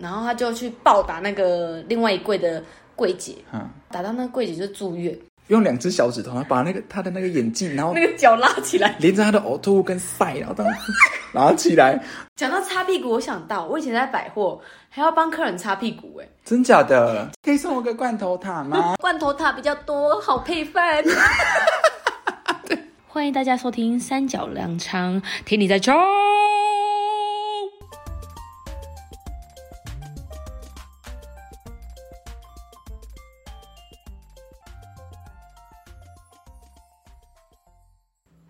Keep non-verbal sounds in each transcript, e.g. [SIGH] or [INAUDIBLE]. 然后他就去暴打那个另外一柜的柜姐，嗯，打到那个柜姐就住院，用两只小指头，然后把那个他的那个眼镜，然后那个脚拉起来。连着他的呕吐物跟塞，然后当拿起来，讲到擦屁股，我想到我以前在百货还要帮客人擦屁股、哎，真假的？可以送我个罐头塔吗？罐头塔比较多，好配饭。 [LAUGHS] 欢迎大家收听《三角粮仓》，听你在冲。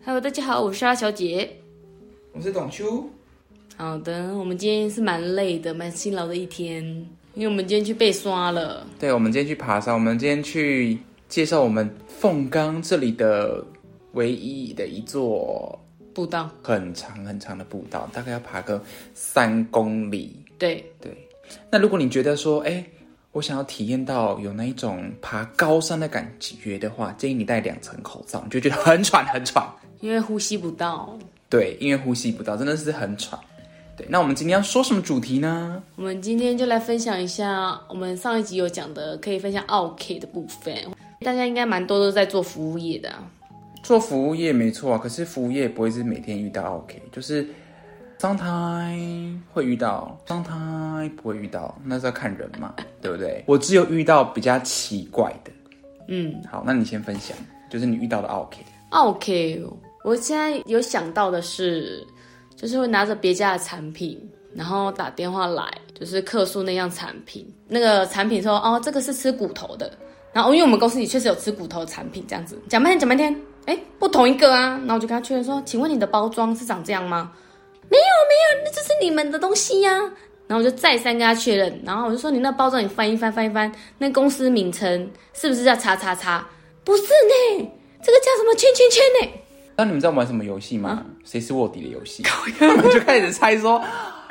Hello，大家好，我是阿小姐。我是董秋，好的，我们今天是蛮累的，蛮辛劳的一天，因为我们今天去被刷了。对，我们今天去爬山，我们今天去介绍我们凤冈这里的唯一的一座步道，很长很长的步道，大概要爬个三公里。对，对，那如果你觉得说，哎，我想要体验到有那一种爬高山的感觉的话，建议你戴两层口罩，你就觉得很喘很喘。因为呼吸不到。对，因为呼吸不到，真的是很喘。对，那我们今天要说什么主题呢？我们今天就来分享一下，我们上一集有讲的，可以分享 OK 的部分。大家应该蛮多都在做服务业的啊、做服务业没错啊，可是服务业不会是每天遇到 OK，就是 sometime 会遇到，sometime 不会遇到，那是要看人嘛，对不对？我只有遇到比较奇怪的。嗯好，那你先分享，就是你遇到的啊 OK。 ，OK，我现在有想到的是，就是会拿着别家的产品，然后打电话来，就是客诉那样产品，那个产品说哦，这个是吃骨头的，然后因为我们公司里确实有吃骨头的产品，这样子讲半天讲半天，哎，不同一个啊，然后我就跟他确认说，请问你的包装是长这样吗？没有没有，那这是你们的东西呀、然后我就再三跟他确认，然后我就说你那包装你翻一翻翻一翻，那公司名称是不是叫叉叉叉？不是呢，这个叫什么圈圈圈呢？那你们知道玩什么游戏吗？谁是卧底的游 [LAUGHS] 戏？啊他们就开始猜说，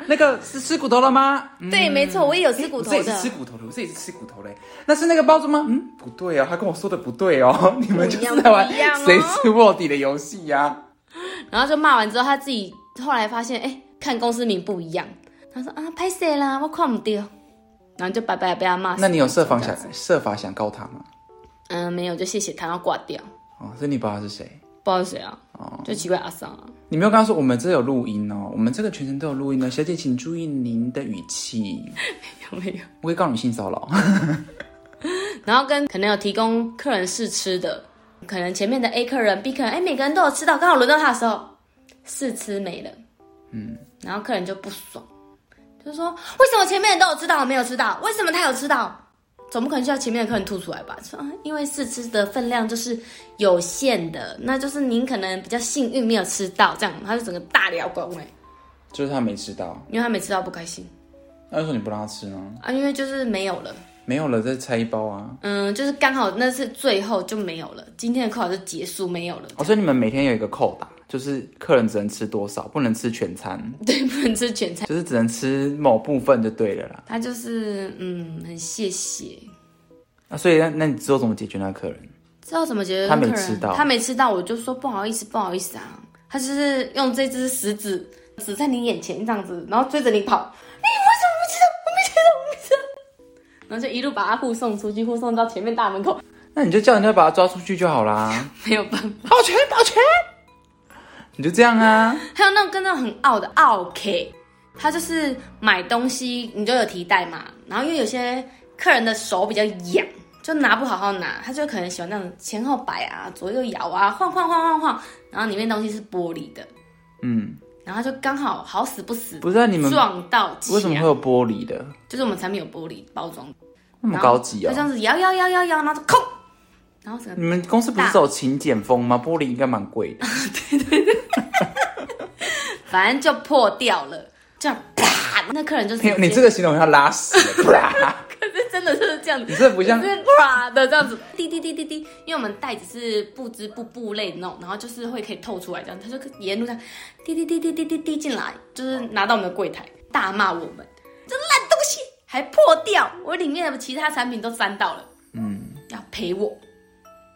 那个是吃骨头了吗？嗯对，没错，我也有吃骨头我这也 [LAUGHS] 是吃的。骨头的，我这也是吃骨头嘞。那是那个包子吗？嗯，不对哦，他跟我说的不对哦。 [LAUGHS] 你们就是在玩不一样哦啊谁是卧底的游戏呀、然后就骂完之后，他自己后来发现，哎，看公司名不一样，他说啊，拍谁啦，我看不掉。然后就白白被他骂死。那你有设防这想样子设法想告他吗？嗯，没有，就谢谢他，然后挂掉。哦，所以你不知道他是谁。不知道是谁啊，哦就奇怪阿桑啊。你没有跟他说我们这有录音哦，我们这个全程都有录音哦，小姐请注意您的语气，有没有？我会告你性骚扰。 [LAUGHS] 然后跟可能有提供客人试吃的，可能前面的 A 客人、B 客人，哎，每个人都有吃到，刚好轮到他的时候，试吃没了，嗯，然后客人就不爽，就说为什么前面的都有吃到，我没有吃到？为什么他有吃到？总不可能叫前面的客人吐出来吧？说啊因为试吃的分量就是有限的，那就是您可能比较幸运没有吃到，这样他就整个大聊光哎，就是他没吃到，因为他没吃到不开心那为什么你不让他吃呢？啊，因为就是没有了。没有了再拆一包啊。嗯，就是刚好那是最后就没有了，今天的扣好就结束没有了，哦，所以你们每天有一个扣打，就是客人只能吃多少，不能吃全餐，对，不能吃全餐。就是只能吃某部分就对了啦。 [LAUGHS] 他就是嗯，很谢谢，啊，所以那那你之后怎么解决那个客人？知道怎么解决他客没人？吃到他没吃到，我就说不好意思，不好意思啊。他就是用这只食指指在你眼前这样子，然后追着你跑，哎你为什么不吃？我没吃到，我没吃到，我没吃到。然后就一路把他护送出去，护送到前面大门口，那你就叫人家把他抓出去就好 [LAUGHS] 啦。没有办法。保全，保全，你就这样 [LAUGHS] 啊。还有那种跟那种很傲的傲 K，他就是买东西你就有提袋嘛，然后因为有些客人的手比较痒，就拿不好好拿，他就可能喜欢那种前后摆啊、左右摇啊、晃晃晃晃晃，然后里面东西是玻璃的，嗯，然后他就刚好好死不死不是、啊、你们撞到墙，为什么会有玻璃的？就是我们产品有玻璃包装，那么然后高级就这哦。样子摇摇摇摇摇，然后就空，然后整个你们公司不是走勤俭风吗？玻璃应该蛮贵 [LAUGHS] 的。反正就破掉了，这样啪，那客人就直你接你这个形容要拉屎了，啪！这 [LAUGHS] 真的是这样子你。这不像就是啪的这样子，滴滴滴滴滴，因为我们袋子是布织布布类的那种，然后就是会可以透出来这样，他就沿路这样滴滴滴滴滴滴滴进来，就是拿到我们的柜台，大骂我们这烂东西还破掉，我里面的其他产品都沾到了，嗯。要赔我，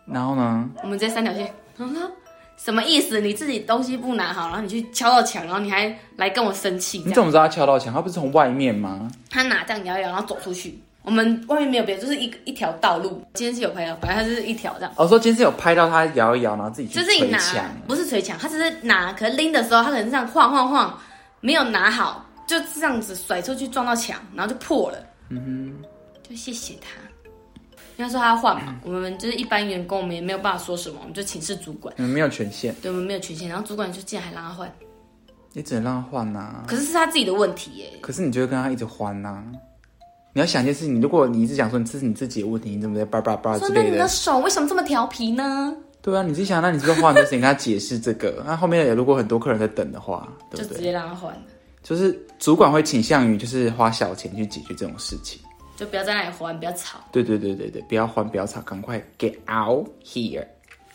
然后呢？我们直接三条线，然后说嗯什么意思？你自己东西不拿好，然后你去敲到墙，然后你还来跟我生气，这你样怎么知道他敲到墙？他不是从外面吗？他拿这样摇一摇，然后走出去。我们外面没有别的，就是一个一条道路，今天是有朋友，反正他就是一条这样。我、哦说今天是有拍到他摇一摇，然后自己就去是你捶拿墙。，不是捶墙，他只是拿，可是拎的时候他可能这样晃晃晃，没有拿好，就这样子甩出去撞到墙，然后就破了。嗯哼，就谢谢他。因为他说他要换嘛，我们就是一般员工，我们也没有办法说什么，我们就请示主管，你们没有权限，对我们没有权限。然后主管就竟然还让他换，啊你只能让他换呐、可是是他自己的问题耶。可是你就会跟他一直换呐、你要想一件事情，如果你一直讲说你这是你自己的问题，你怎么在叭叭叭说啊之那类你的的，手为什么这么调皮呢？对啊，你自己想，那你是不是花很多时间跟他解释这个？那后面也如果很多客人在等的话，对就不直对？接让他换，就是主管会倾向于就是花小钱去解决这种事情。就不要在那里还，不要吵。对对对对对，不要还，不要吵，赶快 get out here，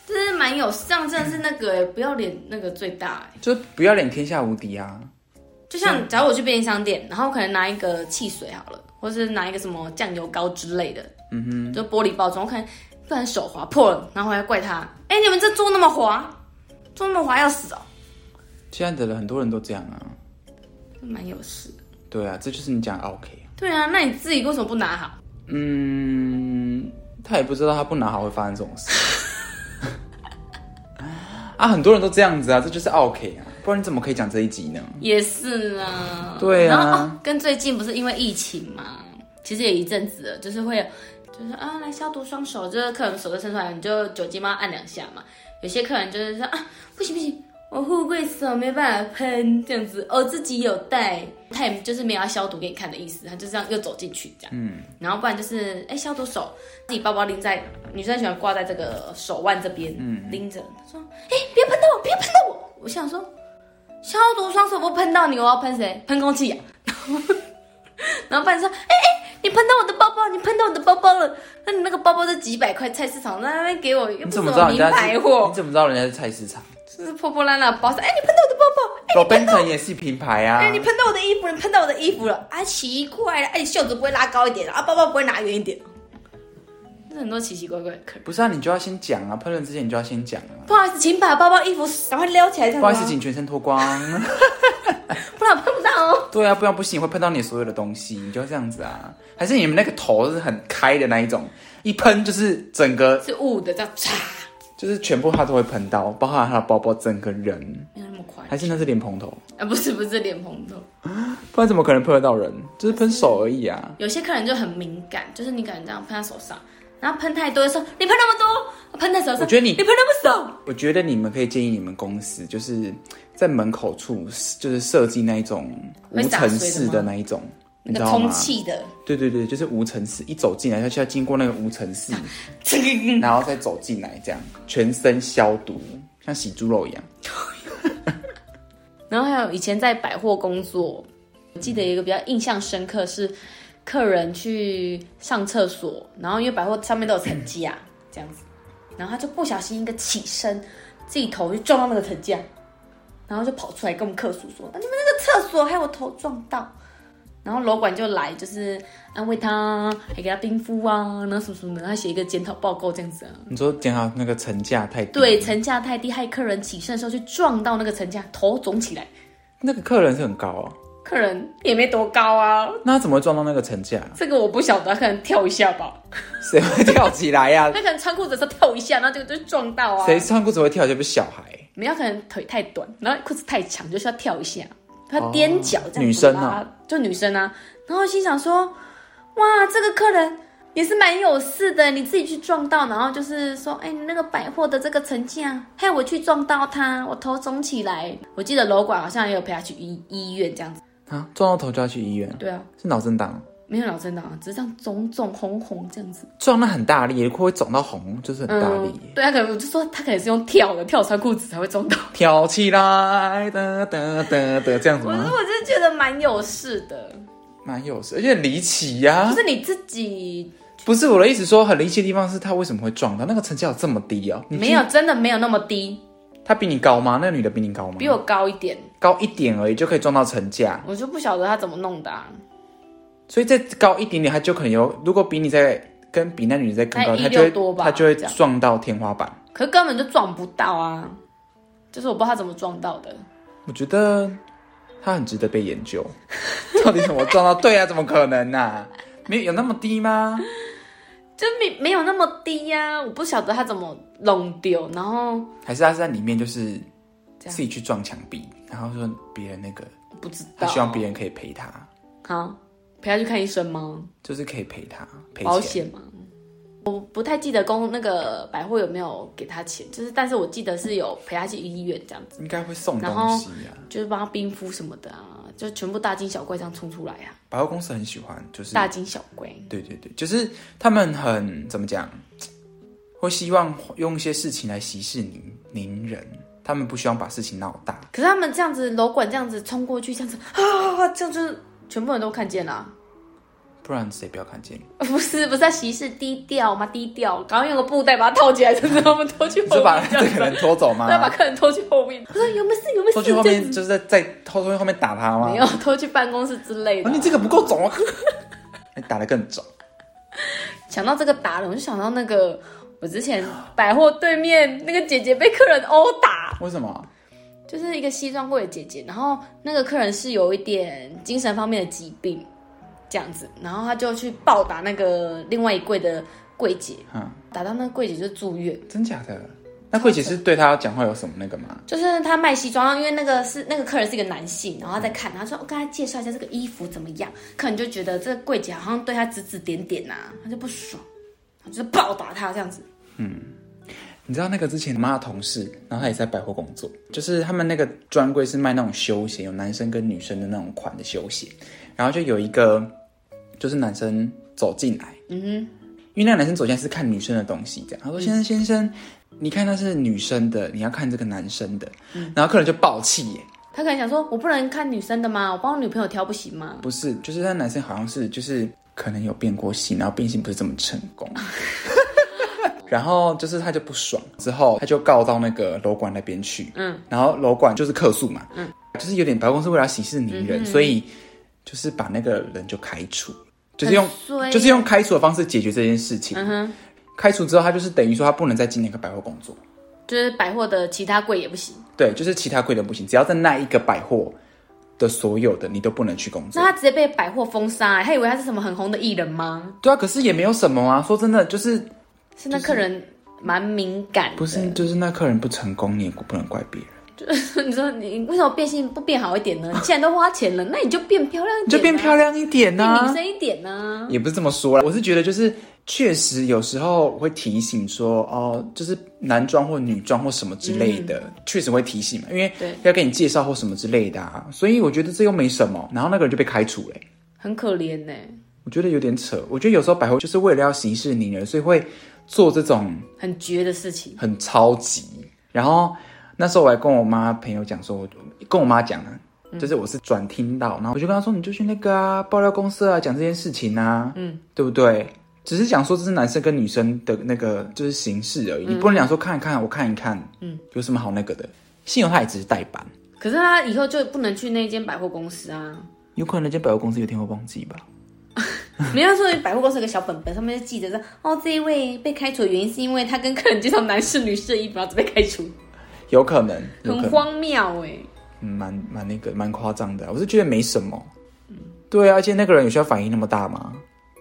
这是蛮有这样真的是那个耶不要脸那个最大耶就是不要脸天下无敌啊！就像假如我去便利商店，然后可能拿一个汽水好了，或是拿一个什么酱油膏之类的，嗯哼，就玻璃包装，我可能不然手滑破了，然后还要怪他，哎、你们这做那么滑，做那么滑要死哦，现在的人很多人都这样啊，蛮有事的。对啊，这就是你讲 OK。对啊，那你自己为什么不拿好？嗯，他也不知道他不拿好会发生这种事。 [LAUGHS] 啊，很多人都这样子啊，这就是 OK 啊，不然你怎么可以讲这一集呢？也是啊，对啊然后、哦、跟最近不是因为疫情嘛，其实也一阵子了，就是会有，就是啊，来消毒双手，就是客人手就伸出来，你就酒精帮他按两下嘛。有些客人就是说啊，不行不行，我护贵手没办法喷这样子，我、哦自己有带，他也就是没有要消毒给你看的意思，他就这样又走进去这样。嗯，然后不然就是哎消毒手，自己包包拎在，女生喜欢挂在这个手腕这边，嗯，拎着，他说哎别喷到我，别喷到我，我想说。消毒双手不喷到你，我要喷谁？喷空气呀、 [LAUGHS] 然后然后说：“哎、哎、你喷到我的包包，你喷到我的包包了。那你那个包包是几百块，菜市场那边给我又你不是怎么知什道么人名家牌是？货你，怎么知道人家是菜 [LAUGHS] 市场就是破破烂烂的包子。哎、你喷到我的包包，哎、 ？Robinson 也是品牌啊哎、，你喷到我的衣服，你喷到我的衣服了。啊，奇怪了，哎、你袖子不会拉高一点啊，包包不会拿远一点。这很多奇奇怪怪的客人。不是啊，你就要先讲啊，喷人之前你就要先讲啊，不好意思，请把包包、衣服赶快撩起来，这样不子吗好意思，请全身脱光。 [LAUGHS] 不然碰不到哦。对啊，不然不行，会碰到你所有的东西，你就这样子啊。还是你们那个头是很开的那一种，一喷就是整个，是雾的，这样嚓，就是全部他都会喷到，包含他的包包，整个人，没有那么快。还是那是莲蓬头。啊，不是不是脸红的。不然怎么可能碰得到人？就是喷手而已啊。有些客人就很敏感，就是你可能这样喷他手上，然后喷太多，就说你喷那么多，喷在手上，我觉得你你喷那么少，我觉得你们可以建议你们公司，就是在门口处，就是设计那一种无会洒水的吗尘室的那一种，你那知个道通吗？气的，对对对，就是无尘室，一走进来，它就要经过那个无尘室，然后再走进来，这样全身消毒，像洗猪肉一样。然后还有以前在百货工作，我记得有一个比较印象深刻是，客人去上厕所，然后因为百货上面都有层架、这样子，然后他就不小心一个起身，自己头就撞到那个层架，然后就跑出来跟我们客诉说：“啊你们那个厕所害我头撞到。”然后楼管就来，就是安慰他，还给他冰敷啊，然后什么什么的，他写一个检讨报告这样子啊。你说检讨那个层架太低，对，，层架太低，害客人起身的时候去撞到那个层架，头肿起来。那个客人是很高啊，客人也没多高啊，那他怎么会撞到那个层架？这个我不晓得，他可能跳一下吧，谁会跳起来呀、他可能穿裤子的时候跳一下，然后就就撞到啊。谁穿裤子会跳？就不是小孩。没有，他可能腿太短，然后裤子太长，就是要跳一下，他踮脚这样子拉、哦女生啊就女生啊。然后心想说，哇，这个客人也是蛮有事的，你自己去撞到，然后就是说，哎，你那个百货的这个成绩啊，害我去撞到他，我头肿起来。我记得楼管好像也有陪他去医医院这样子。啊，撞到头就要去医院，对啊，是脑震荡，没有脑震荡啊，只是这样肿肿红红这样子。撞那很大力，如果会肿到红，就是很大力。嗯对啊他可能我就说他可能是用跳的，跳穿裤子才会中到。跳起来，的的的的，这样子我是吗？我就是觉得蛮有事的，蛮有事，而且很离奇呀、不是你自己不是我的意思说，很离奇的地方是他为什么会撞到那个成效这么低哦？你没有真的没有那么低，他比你高吗？那个女的比你高吗？比我高一点，高一点而已就可以撞到成架，我就不晓得他怎么弄的、啊。所以再高一点点，他就可能有。如果比你再跟比那女的再更高，他他就会160多吧他就会这样撞到天花板。可是根本就撞不到啊！就是我不知道他怎么撞到的。我觉得它很值得被研 [LAUGHS] 究，到底怎么撞到？对啊，怎么可能呐、没有有那么低吗？就没没有那么低呀、我不晓得他怎么弄丢，然后还是他是在里面就是这样哦自己去撞墙壁，然后说别人那个，不知他道。希望别人可以陪他，好陪他去看医生吗？就是可以陪他赔保钱。险吗？我不太记得公那个百货有没有给他钱，就是但是我记得是有陪他去医院这样子，应该会送然东后西啊，就是帮他冰敷什么的啊，就全部大惊小怪这样冲出来啊，百货公司很喜欢，就是大惊小怪。对对对，就是他们很怎么讲，会希望用一些事情来息事宁宁人，他们不希望把事情闹大。可是他们这样子楼管这样子冲过去，这样子啊，这样就是全部人都看见了啊、 [LAUGHS] 不然谁不要看见你？不是不是在歧视低调吗？低调，赶快用个布袋把它套起来，就是他们拖去你后就把面，这这样个子，人拖走吗？再把客人拖去后面。我说有没有事？有没有事？拖去后这样面子就是在在偷偷去后面打他吗？没有拖去办公室之类的啊，啊你。这个不够肿啊！ [LAUGHS] 你打得更肿。想到这个打人，我就想到那个我之前百货对面那个姐姐被客人殴打，为什么？就是一个西装柜的姐姐，然后那个客人是有一点精神方面的疾病，这样子，然后他就去暴打那个另外一柜的柜姐，嗯，打到那个柜姐就住院。真假的？那柜姐是对他讲话有什么那个吗？就是他卖西装，因为那个是那个客人是一个男性，然后他在看，他说我跟他介绍一下这个衣服怎么样，客人就觉得这个柜姐好像对他指指点点呐、他就不爽，他就是暴打他这样子。你知道那个之前我妈的同事，然后她也在百货工作，就是他们那个专柜是卖那种休闲，有男生跟女生的那种款的休闲，然后就有一个就是男生走进来，嗯哼，嗯因为那个男生走进来是看女生的东西，这样他说先生先生，你看那是女生的，你要看这个男生的，然后客人就爆气耶，他可能想说，我不能看女生的吗？我帮我女朋友挑不行吗？不是，就是那男生好像是就是可能有变过性，然后变性不是这么成 [LAUGHS] 功。然后就是他就不爽，之后他就告到那个楼管那边去，嗯，然后楼管就是客诉嘛，嗯，就是有点白公司为了息事宁嗯人，所以就是把那个人就开除，就是用很衰耶嗯就是用开除的方式解决这件事情。开除之后，他就是等于说他不能再进那个百货工作，就是百货的其他柜也不行。对，就是其他贵的不行，只要在那一个百货的所有的你都不能去工作那。他直接被百货封杀、欸，他以为他是什么很红的艺人吗？对啊，可是也没有什么啊，说真的就是是那客人蛮敏感的。不是，就是那客人不成功，你也不能怪别人，你说你为什么变性不变好一点呢？你既然都花钱了，那你就变漂亮一点啊、你就变漂亮一啊点呐、变女生一点啊呢、也不是这么说啦，我是觉得就是确实有时候会提醒说哦，就是男装或女装或什么之类的，确实会提醒嘛，因为对要给你介绍或什么之类的啊，所以我觉得这又没什么，然后那个人就被开除了欸、很可怜呢、我觉得有点扯，我觉得有时候百货就是为了要息事宁人，所以会做这种很绝的事情。很超级。然后那时候我还跟我妈朋友讲说，跟我妈讲啊，就是我是转听到，然后我就跟她说，你就去那个啊爆料公司啊讲这件事情啊，嗯，对不对？只是讲说这是男生跟女生的那个就是形式而已，你不能讲说看一看我看一看，嗯，有什么好那个的？信友他也只是代班，可是他以后就不能去那间百货公司啊！有可能那间百货公司有一天会忘记吧。人家说百货公司有个小本本，上面就记着说，哦，这一位被开除的原因是因为他跟客人介绍男士、女士的衣服，然后就被开除，有可能，有很可能，荒谬哎、嗯蛮蛮那个蛮夸张的啊。我是觉得没什么，对啊，而且那个人有需要反应那么大吗？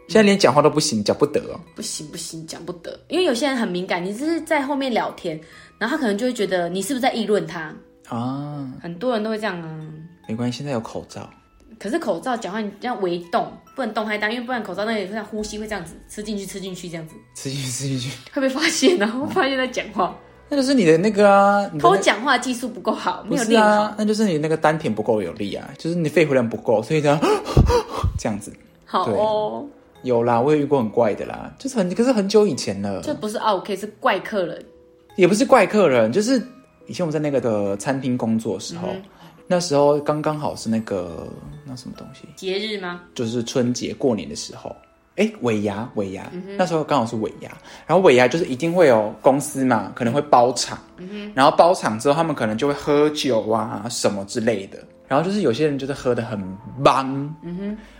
现在连讲话都不行，讲不得哦。不行不行，讲不得，因为有些人很敏感，你只是在后面聊天，然后他可能就会觉得你是不是在议论他，啊，很多人都会这样啊。没关系，现在有口罩， [LAUGHS] 可是口罩讲话你这样微动，不能动太大，因为不然口罩那里这样呼吸会这样子吃进去吃进去这样子，吃进去吃进去，会被发现，然后 [LAUGHS] 发现在讲话，那就是你的那个啊，你的偷那讲话技术不够好，没不有是练好，啊，那就是你那个丹田不够有力啊，就是你肺活量不够，所以呢， [LAUGHS] 这样子。好哦，有啦，我也遇过很怪的啦，就是很，可是很久以前了，这不是啊 OK，是怪客人，也不是怪客人，就是以前我们在那个的餐厅工作的时嗯候，那时候刚刚好是那个那什么东西，节日吗？就是春节过年的时候，哎，尾牙，尾牙，那时候刚好是尾牙，然后尾牙就是一定会有公司嘛，可能会包场，然后包场之后，他们可能就会喝酒啊什么之类的，然后就是有些人就是喝的很棒，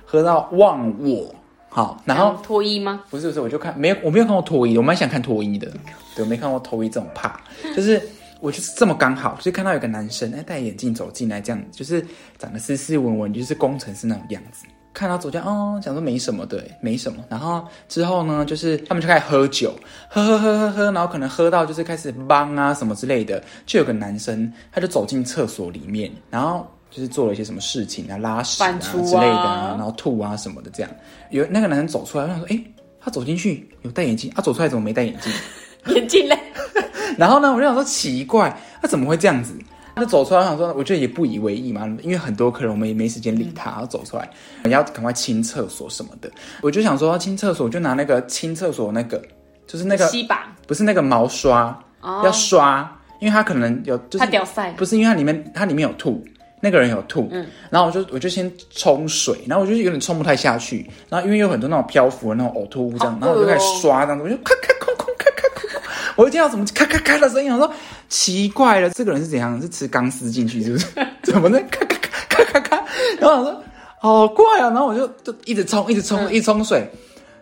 喝到忘我，好，然后。脱衣吗？不是不是，我就看没有，我没有看过脱衣，我蛮想看脱衣的，对，我没看过脱衣这种怕，就是我就是这么刚好，就是看到有个男生，哎，戴眼镜走进来，这样就是长得斯斯文文，就是工程师那种样子。看他走进来，哦，想说没什么，对，没什么。然后之后呢，就是他们就开始喝酒，喝喝喝喝喝，然后可能喝到就是开始帮啊什么之类的，就有个男生他就走进厕所里面，然后就是做了一些什么事情啊，拉屎啊反之刍啊类的啊，然后吐啊什么的，这样。有那个男生走出来，我想说，哎，他走进去有戴眼镜，啊他、走出来怎么没戴眼镜？ [LAUGHS] 眼镜嘞，啊然后呢，我就想说奇怪，他怎么会这样子？他就走出来，我想说，我觉得也不以为意嘛，因为很多客人我们也没时间理嗯他，然后走出来，你要赶快清厕所什么的。我就想说啊清厕所，我就拿那个清厕所那个，就是那个吸吧，不是那个毛刷，哦要刷，因为他可能有就是他屌塞，不是因为它里面它里面有吐，那个人有吐，然后我就我就先冲水，然后我就是有点冲不太下去，然后因为有很多那种漂浮的那种呕吐物这样，好然恶哦后我就开始刷这样子，我就咔咔空空咔咔空，空我就听到什么咔咔咔的声音，我说奇怪了，这个人是怎样？是吃钢丝进去是不是？怎么呢？咔咔咔咔咔咔，然后我说好怪啊，然后我就就一直冲，一直冲，一直冲水，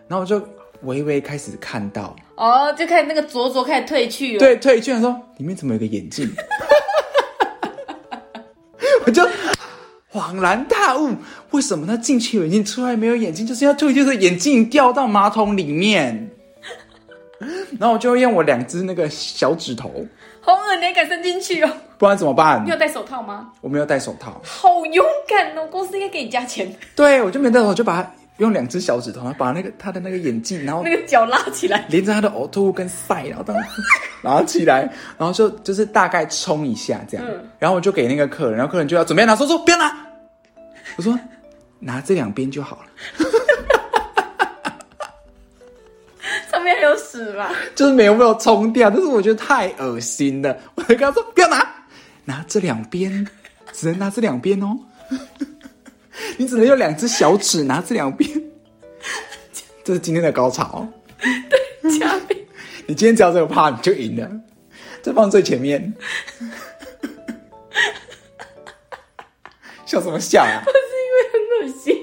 然后我就微微开始看到。哦，就开始那个灼灼开始退去了，，对，退一圈说里面怎么有个眼镜？ [LAUGHS] 我就恍然大悟，为什么他进去有眼镜，出来没有眼镜？就是要退就是眼镜掉到马桶里面。 [LAUGHS] 然后我就用我两只那个小指头，好恶你还敢伸进去哦？不然怎么办你？有戴手套吗？我没有戴手套，好勇敢哦，公司应该给你加钱，对我就没戴手套，我就把它用两只小指头，然后把那个他的那个眼镜，然后那个脚拉起来，连着他的呕吐物跟塞，然后当拿起来，然后就就是大概冲一下这样，嗯然后我就给那个客人，然后客人就要准备拿，说说不要拿，我说拿这两边就好了，上面还有屎吧？就是没有没有冲掉，但是我觉得太恶心了，我就跟他说不要拿，拿这两边，只能拿这两边哦，你只能用两只小指拿这两边，这是今天的高潮，嘉宾，你今天只要这个趴你就赢了，这放最前面。 [LAUGHS] 笑什么笑啊？很恶心，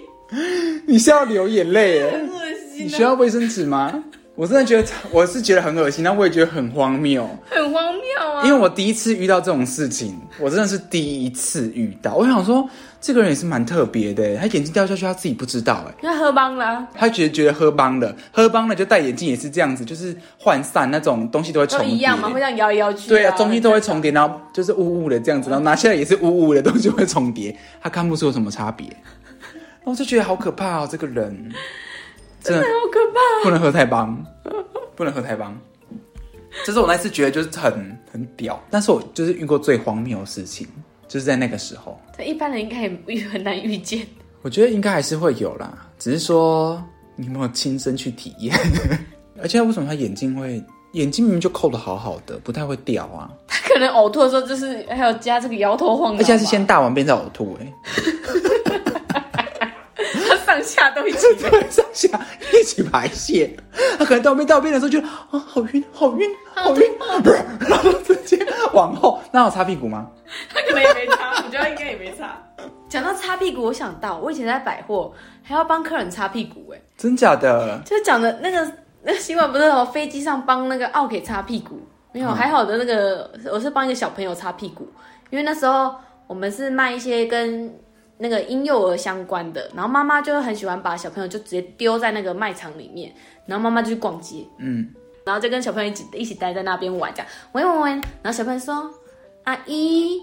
你笑到流眼泪耶！很恶你心需啊，要卫生纸吗？我真的觉得，我是觉得很恶心，但我也觉得很荒谬，很荒谬啊！因为我第一次遇到这种事情，我真的是第一次遇到。我想说，这个人也是蛮特别的耶，他眼睛掉下去，他自己不知道，哎，因为喝帮啦，他觉得觉得喝帮了，喝帮了就戴眼镜也是这样子，就是涣散那种东西都会重都叠，一样嘛，会这样摇来摇去、对啊，嗯啊，东西都会重叠，然后就是雾雾的这样子，然后拿下来也是雾雾的东西会重叠，他看不出有什么差别。然后我就觉得好可怕哦，这个人真的好可怕。不能喝太帮，不能喝太帮。这是我那次觉得就是很很屌，但是我就是遇过最荒谬的事情，就是在那个时候，这一般人应该也遇很难遇见，我觉得应该还是会有啦，只是说你有没有亲身去体 [LAUGHS] 验？而且为什么他眼镜会眼镜明明就扣的好好的，不太会掉啊？他可能呕吐的时候就是还有加这个摇头晃脑吧，而且他是先大完便再呕吐、欸，哎，他上下都一起这对上下一起排泄。他可能到边到边的时候觉得啊，好晕，好晕，好晕，然后直接往后。那有擦屁股吗？他可能也没擦，我觉得他应该也没擦。讲到擦屁股，我想到我以前在百货还要帮客人擦屁股、哎，真假的？就是讲的那个 [LAUGHS] 那个新闻不是哦，飞机上帮那个奥给擦屁股，没有，还好的那个我是帮一个小朋友擦屁股，因为那时候我们是卖一些跟那个婴幼儿相关的，然后妈妈就很喜欢把小朋友就直接丢在那个卖场里面，然后妈妈就去逛街，嗯，然后就跟小朋友一起一起待在那边玩，这样玩一玩玩。然后小朋友说：“阿姨，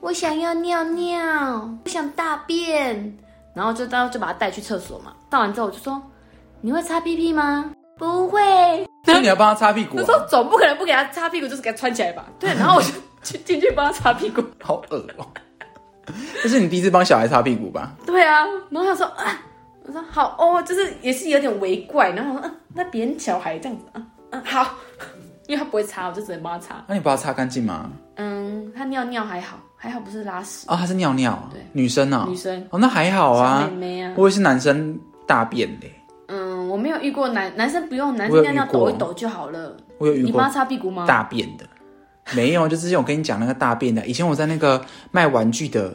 我想要尿尿，我想大便。”然后就到就把他带去厕所嘛。到完之后我就说：“你会擦屁屁吗？”不会。所以你要帮他擦屁股、那啊时，候总不可能不给他擦屁股，就是给他穿起来吧？对。然后我就去进去帮他擦屁股。好恶哦、这是你第一次帮小孩擦屁股吧？对啊。然后他说：“啊，我说好哦，就是也是有点围怪。”然后我说：“嗯、那别人小孩这样子，嗯嗯好。” [LAUGHS] 因为他不会擦，我就只能帮他擦。那、你把它擦干净吗？嗯，他尿尿还好，还好不是拉屎。哦，他是尿尿啊对，女生啊、女生哦，那还好小啊妹，妹啊，我也是男生大便嘞、嗯，我没有遇过男男生不用，男我生尿有遇尿抖过一抖就好了。我有遇你过帮他擦屁股吗？大便的，没有，就之前我跟你讲那个大便的，以前我在那个卖玩具的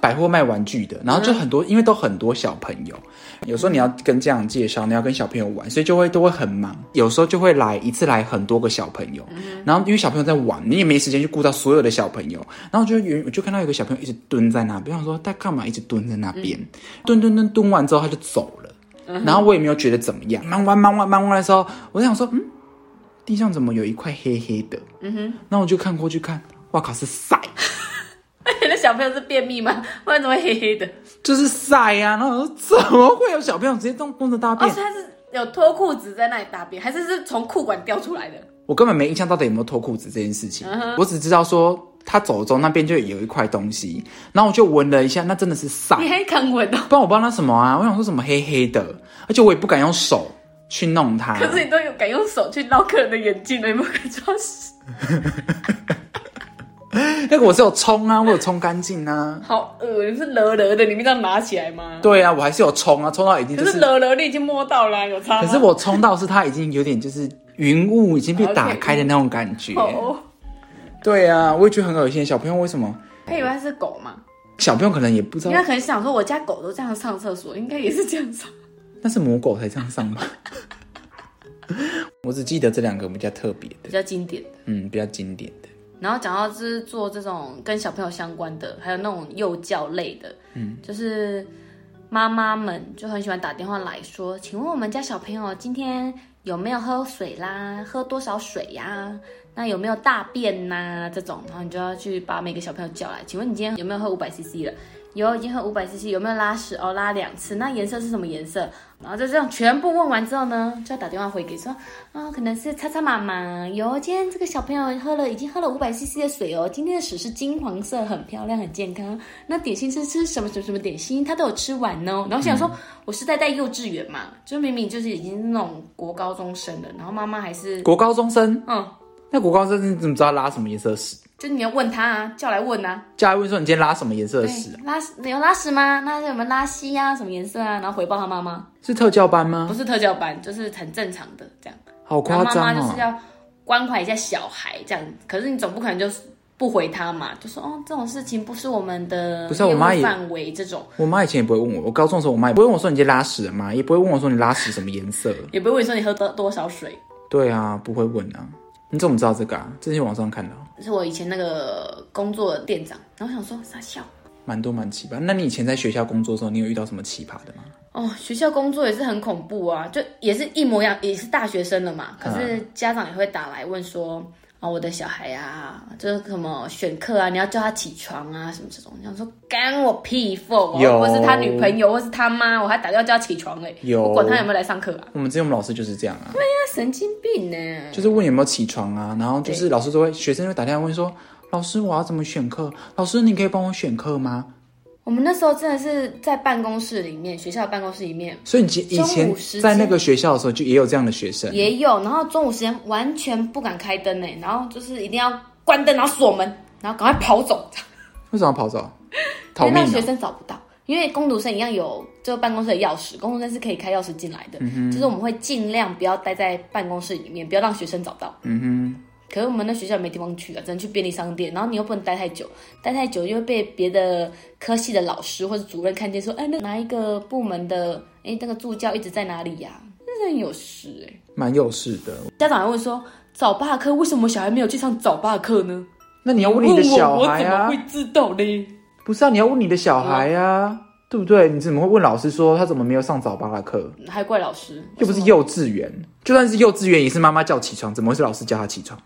百货卖玩具的，然后就很多，因为都很多小朋友，有时候你要跟家长介绍，你要跟小朋友玩，所以就会都会很忙，有时候就会来一次来很多个小朋友，然后因为小朋友在玩，你也没时间去顾到所有的小朋友，然后就有我就看到有个小朋友一直蹲在那边，我想说他干嘛一直蹲在那边，蹲蹲蹲蹲完之后他就走了。然后我也没有觉得怎么样，忙完忙完忙完的时候，我就想说，嗯，地上怎么有一块黑黑的？嗯哼，那我就看过去看，哇靠，是塞， [LAUGHS] 那小朋友是便秘吗？ [LAUGHS] 不然怎么会黑黑的？就是塞呀、啊！然后我说怎么会有小朋友直接动公着大哦，便？所以他是有脱裤子在那里大便，还是是从裤管掉出来的？我根本没印象到底有没有脱裤子这件事情，嗯我只知道说他走中那边就有一块东西，然后我就闻了一下，那真的是塞，你还敢闻哦？不然我不知道那什么啊啊，我想说什么黑黑的，而且我也不敢用手去弄它。可是你都有敢用手去捞客人的眼镜了，你不敢抓屎？那个我是有冲啊，我有冲干净啊。好恶，你是勒勒的，你没这样拿起来吗？对啊，我还是有冲啊，冲到已经就可是是勒勒你已经摸到啦，有差吗？可是我冲到是它已经有点就是云雾已经被打开的那种感觉。哦，对啊，我也觉得很恶心。小朋友为什么？他以为他是狗嘛，小朋友可能也不知因道为，他可能想说我家狗都这样上厕所，应该也是这样上。那是母狗才这样上吧？ [LAUGHS] 我只记得这两个比较特别 [LAUGHS] 比，的较经典的。嗯，比较经典的。然后讲到就是做这种跟小朋友相关的，还有那种幼教类的，嗯，就是妈妈们就很喜欢打电话来说，请问我们家小朋友今天有没有喝水啦？喝多少水呀、那有没有大便呐、这种，然后你就要去把每个小朋友叫来，请问你今天有没有喝五百 CC 了？有，已经喝五百 CC，有没有拉屎？哦，拉两次。那颜色是什么颜色？然后就这样全部问完之后呢，就要打电话回给说，啊、可能是叉叉妈妈。有，今天这个小朋友喝了，已经喝了五百 CC 的水哦。今天的屎是金黄色，很漂亮，很健康。那点心是吃什么什么什么点心，他都有吃完哦。然后想说，嗯我是在带幼稚园嘛，就明明就是已经是那种国高中生了，然后妈妈还是，国高中生，嗯，那国高中生你怎么知道拉什么颜色的屎？就你要问他啊，叫来问啊，叫他问说你今天拉什么颜色的对屎啊？，拉屎你有拉屎吗？那有没有拉稀呀、什么颜色啊？然后回报他妈妈，是特教班不吗？是特教班，就是很正常的这样。好然夸后妈妈张就是哦！要关怀一下小孩这样，可是你总不可能就是不回他嘛，就说哦这种事情不是我们的不是啊我业务妈也范围这种，我妈以前也不会问我，我高中的时候我妈也不会问我说你今天拉屎了吗？也不会问我说你拉屎什么颜色。也不会问你说你喝多多少水。对啊，不会问啊。你怎么知道这个啊？这是网上看到，是我以前那个工作的店长，然后我想说傻笑蛮多蛮奇葩。那你以前在学校工作的时候，你有遇到什么奇葩的吗？哦，学校工作也是很恐怖啊，就也是一模一样，也是大学生了嗯嘛，可是家长也会打来问说。啊、我的小孩啊，就是什么选课啊，你要叫他起床啊，什么这种，你想说干我屁事哦，有或是他女朋友，或是他妈，我还打电话叫他起床嘞、有我管他有没有来上课啊，我们之前我们老师就是这样啊，他神经病呢、就是问有没有起床啊，然后就是老师都会，学生就会打电话问说，老师我要怎么选课？老师你可以帮我选课吗？我们那时候真的是在办公室里面，学校的办公室里面所以你以前中午时间在那个学校的时候，就也有这样的学生，也有，然后中午时间完全不敢开灯呢、欸然后就是一定要关灯，然后锁门，然后赶快跑走，为什么要跑走？逃因命为让学哦、生找不到，因为工读生一样有这个办公室的钥匙，工读生是可以开钥匙进来嗯的，就是我们会尽量不要待在办公室里面，不要让学生找到。嗯哼。可是我们那学校没地方去啊，只能去便利商店，然后你又不能待太久，待太久就会被别的科系的老师或者主任看见，说，哎，那哪一个部门的，哎，那个助教一直在哪里呀、真的很有事哎、蛮有事的。家长还问说，早八课为什么小孩没有去上早八课呢？那你要问问你的我小我孩怎么啊会，知道嘞？不是啊，你要问你的小孩啊，对不对？你怎么会问老师说他怎么没有上早八的课？还怪老师，又不是幼稚园，就算是幼稚园也是妈妈叫起床，怎么会是老师叫他起床？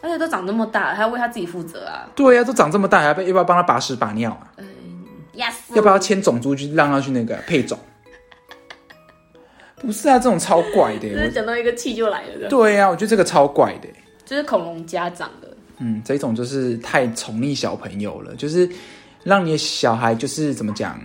而且都长这么大了，还要为他自己负责啊！对呀、都长这么大，还要被要不要帮他把屎把尿啊？ yes，要不要签种族去让他去那个配种？不是啊，这种超怪的、就是我讲到一个气就来了的，对呀、我觉得这个超怪的、就是恐龙家长的，嗯，这种就是太宠溺小朋友了，就是让你的小孩就是怎么讲，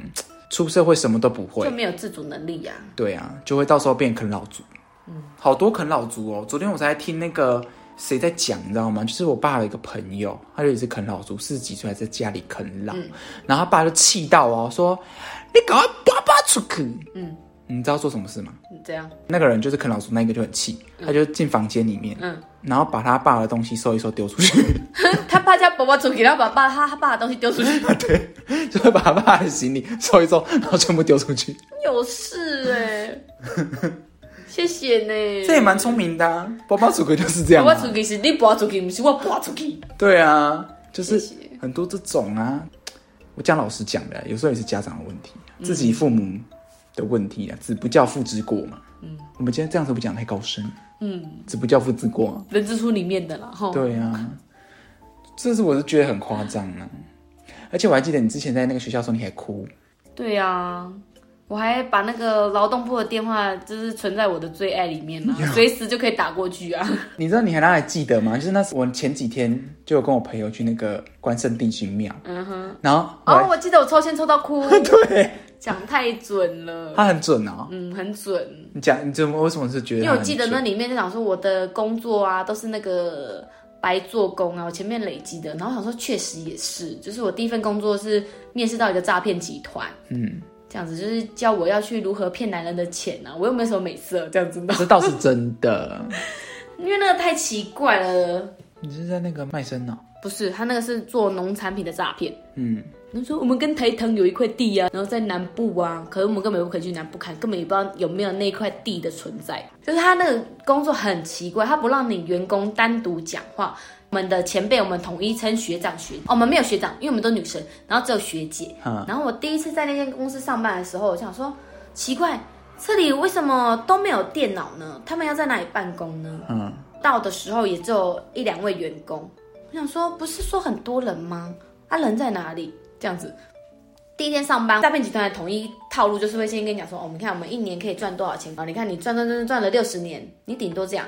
出社会什么都不会就。没有自主能力呀、对啊，就会到时候变啃老族。嗯，好多啃老族哦。昨天我才听那个谁在讲，你知道吗？就是我爸的一个朋友，他就也是啃老族，四十几岁还在家里啃老，然后他爸就气到哦，说：“你赶快爸爸出去！”嗯，你知道做什么事吗？嗯这样，那个人就是啃老族，那个就很气，他就进房间里面，嗯，然后把他爸的东西收一收丢出去， [LAUGHS] 他爸叫爸爸出去，然后把爸他他爸的东西丢出去，就是把他爸的行李收一收，然后全部丢出去，有事哎、 [LAUGHS] 谢谢呢。这也蛮聪明的、啊。包包主哥就是这样、我啊，出去是你拔出去，不是我拔出去。对啊，就是谢谢很多这种啊。我讲老实讲的，有时候也是家长的问题，啊嗯自己父母的问题啊，子不教父之过嘛。嗯，我们今天这样子不讲太高深，嗯，子不教父之过、啊。人之初里面的啦，吼。 [LAUGHS] 对啊，这是我是觉得很夸张啊。而且我还记得你之前在那个学校的时候，你还哭，对啊，我还把那个劳动部的电话就是存在我的最爱里面嘛，随时就可以打过去 [LAUGHS] 啊。你知道你还拿来记得吗？就是那时我前几天就有跟我朋友去那个关圣帝君庙，嗯哼。然后我还、哦，我记得我抽签抽到哭， [LAUGHS] 对，讲太准了。他很准哦。嗯，很准，你讲你怎么为什么是觉得因他为很我记准？得那里面就想说我的工作啊都是那个白做工啊，我前面累积的，然后想说确实也是，就是我第一份工作是面试到一个诈骗集团，嗯，这样子就是教我要去如何骗男人的钱啊，我又没有什么美色，这样子 [LAUGHS] 的， [LAUGHS] 这倒是真的。因为那个太奇怪了。你是在那个卖身哦？不是，他那个是做农产品的诈骗。嗯，他说我们跟台糖有一块地啊，然后在南部啊，可是我们根本不可以去南部看，根本也不知道有没有那块地的存在。就是他那个工作很奇怪，他不让你员工单独讲话。我们的前辈，我们统一称学长学，哦，我们没有学长，因为我们都女生，然后只有学姐。哈，然后我第一次在那间公司上班的时候，我想说奇怪，这里为什么都没有电脑呢？他们要在哪里办公呢？嗯，到的时候也只有一两位员工。我想说，不是说很多人吗？啊，人在哪里？这样子。第一天上班，诈骗集团的统一套路就是会先跟你讲说，哦，你看我们一年可以赚多少钱啊？你看你赚赚赚赚了六十年，你顶多这样，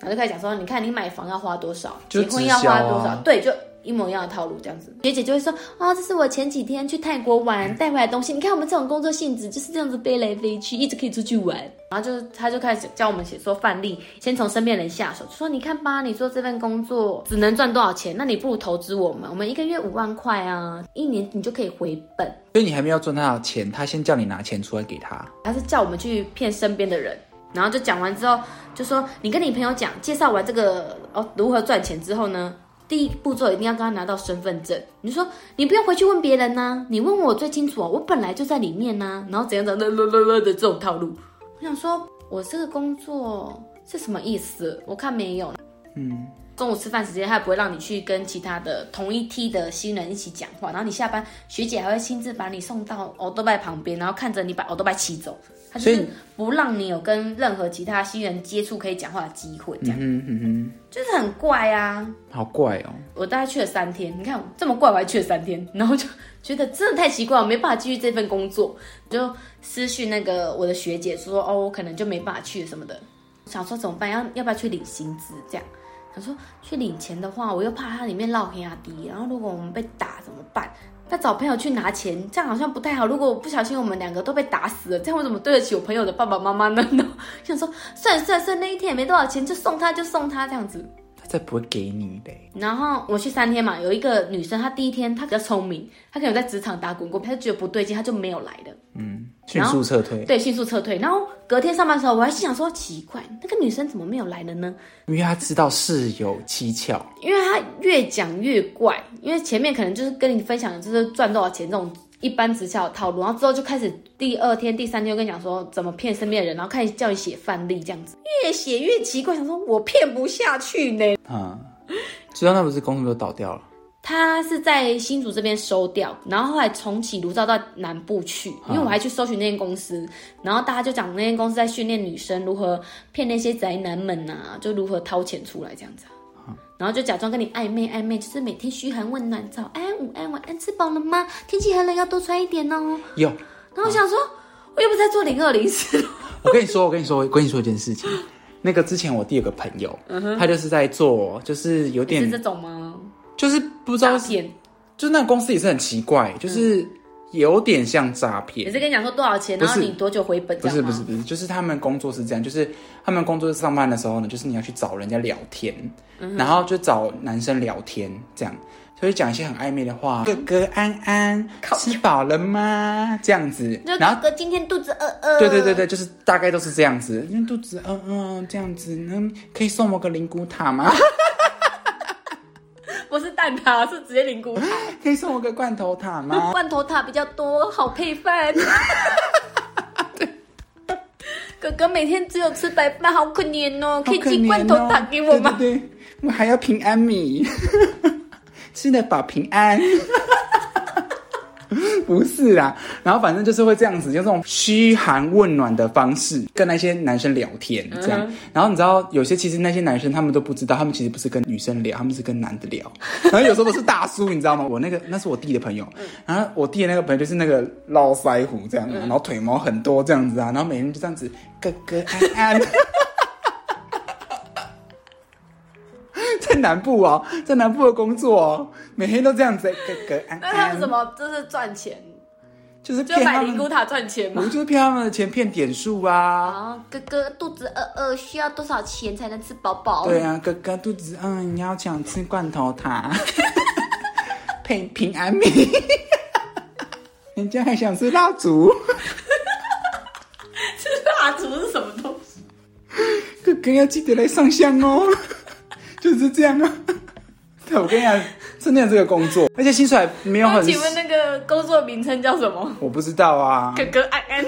然后就开始讲说，你看你买房要花多少，就结婚要直销花啊多少，对，就一模一样的套路这样子。学姐就会说，哦，这是我前几天去泰国玩带回来的东西，你看我们这种工作性质就是这样子飞来飞去，一直可以出去玩。然后就是他就开始教我们写说范例，先从身边人下手，就说你看吧，你做这份工作只能赚多少钱，那你不如投资我们，我们一个月五万块啊，一年你就可以回本。所以你还没有赚他的钱，他先叫你拿钱出来给他。他是叫我们去骗身边的人，然后就讲完之后，就说你跟你朋友讲，介绍完这个哦如何赚钱之后呢，第一步骤一定要跟他拿到身份证。你就说你不用回去问别人呐、你问我最清楚啊，我本来就在里面呐、然后怎样怎样啦啦啦啦的这种套路。我想说，我这个工作是什么意思？我看没有。嗯，中午吃饭时间，他也不会让你去跟其他的同一梯的新人一起讲话，然后你下班，学姐还会亲自把你送到欧多拜旁边，然后看着你把欧多拜骑走，他就所是以不让你有跟任何其他新人接触可以讲话的机会，这样、嗯嗯就是很怪啊。嗯，好怪哦。我大概去了三天，你看我这么怪，我还去了三天，然后就觉得真的太奇怪，我没办法继续这份工作，就私讯那个我的学姐说，哦，我可能就没办法去什么的，想说怎么办，要要不要去领薪资这样？想说去领钱的话，我又怕它里面落黑阿迪，然后如果我们被打怎么办？那找朋友去拿钱，这样好像不太好。如果我不小心我们两个都被打死了，这样我怎么对得起我朋友的爸爸妈妈呢？ [LAUGHS] 然后想说算了算了算了，那一天也没多少钱，就送他就送他这样子。他才不会给你嘞。然后我去三天嘛，有一个女生，她第一天她比较聪明，她可能有在职场打滚过，她就觉得不对劲，她就没有来的，嗯，迅速撤退，对，迅速撤退。然后隔天上班的时候，我还心想说奇怪，那个女生怎么没有来了呢？因为他知道事有蹊跷。因为她越讲越怪，因为前面可能就是跟你分享的就是赚多少钱这种一般直销的套路，然后之后就开始第二天、第三天就跟你讲说怎么骗身边的人，然后开始叫你写范例这样子，越写越奇怪，想说我骗不下去呢。嗯，知道那不是公司都倒掉了。他是在新竹这边收掉，然后后来重启炉灶到南部去，因嗯为我还去搜寻那间公司，然后大家就讲那间公司在训练女生如何骗那些宅男们呐、就如何掏钱出来这样子、啊。嗯然后就假装跟你暧昧暧昧，就是每天嘘寒问暖，早安、午安、晚安，吃饱了吗？天气很冷，要多穿一点哦。有，然后我想说，我又不是在做零二零四，我跟你说，我跟你说，我跟你说一件事情。那个之前我第二个朋友，他就是在做，嗯就是有是点，这种吗？就是不知道诈，骗就是那个公司也是很奇怪，就是有点像诈也骗。是跟你讲说多少钱，不然是后你多久回本这不样是吗？不是不是，就是他们工作是这样，就是他们工作上班的时候呢，就是你要去找人家聊天，嗯然后就找男生聊天这样，所以讲一些很暧昧的话，哥哥安安靠吃饱了吗？这样子，就然后哥哥今天肚子饿饿。对对对对，就是大概都是这样子，因为肚子嗯嗯这样子，嗯，可以送我个灵骨塔吗？ [LAUGHS] 不是蛋挞，是直接灵骨塔。可以送我个罐头塔吗？罐头塔比较多，好配饭。哥哥每天只有吃白饭，好可怜哦！ [LAUGHS] 可以寄罐头塔给我好吗可？怜哦对对对，我还要平安米， [LAUGHS] 吃得饱平安。不是啦，然后反正就是会这样子，用这种嘘寒问暖的方式跟那些男生聊天，这样。嗯然后你知道，有些其实那些男生他们都不知道，他们其实不是跟女生聊，他们是跟男 [LAUGHS] 的聊。然后有时候都是大叔，你知道吗？我那个那是我弟的朋友，嗯然后我弟的那个朋友就是那个络腮胡这样，然后腿毛很多这样子啊，然后每天就这样子咯咯安安。 [LAUGHS] 在南部哦，在南部的工作哦，每天都这样子，咯咯安那他们安怎。么就是赚钱？就是就骗买他灵们骨塔赚钱 [LAUGHS] 我吗？就是骗他们的钱，骗点数啊。啊，哥哥肚子饿饿，需要多少钱才能吃饱饱？对啊，哥哥肚子饿，你要想吃罐头塔， [LAUGHS] 配平安米， [LAUGHS] 人家还想吃蜡烛。吃蜡烛是什么东西？哥哥要记得来上香哦， [LAUGHS] 就是这样啊。 [LAUGHS] 对，我跟你讲，真的有这个工作，而且薪水还没有那很，请问那个工作名称叫什么？我不知道啊，哥哥安安，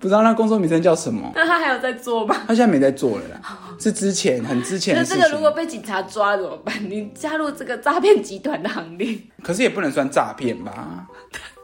不知道那工作名称叫什么。那他还有在做吗？他现在没在做了啦，是之前很之前哦那的事这情。个如果被警察抓怎么办？你加入这个诈骗集团的行列，可是也不能算诈骗吧？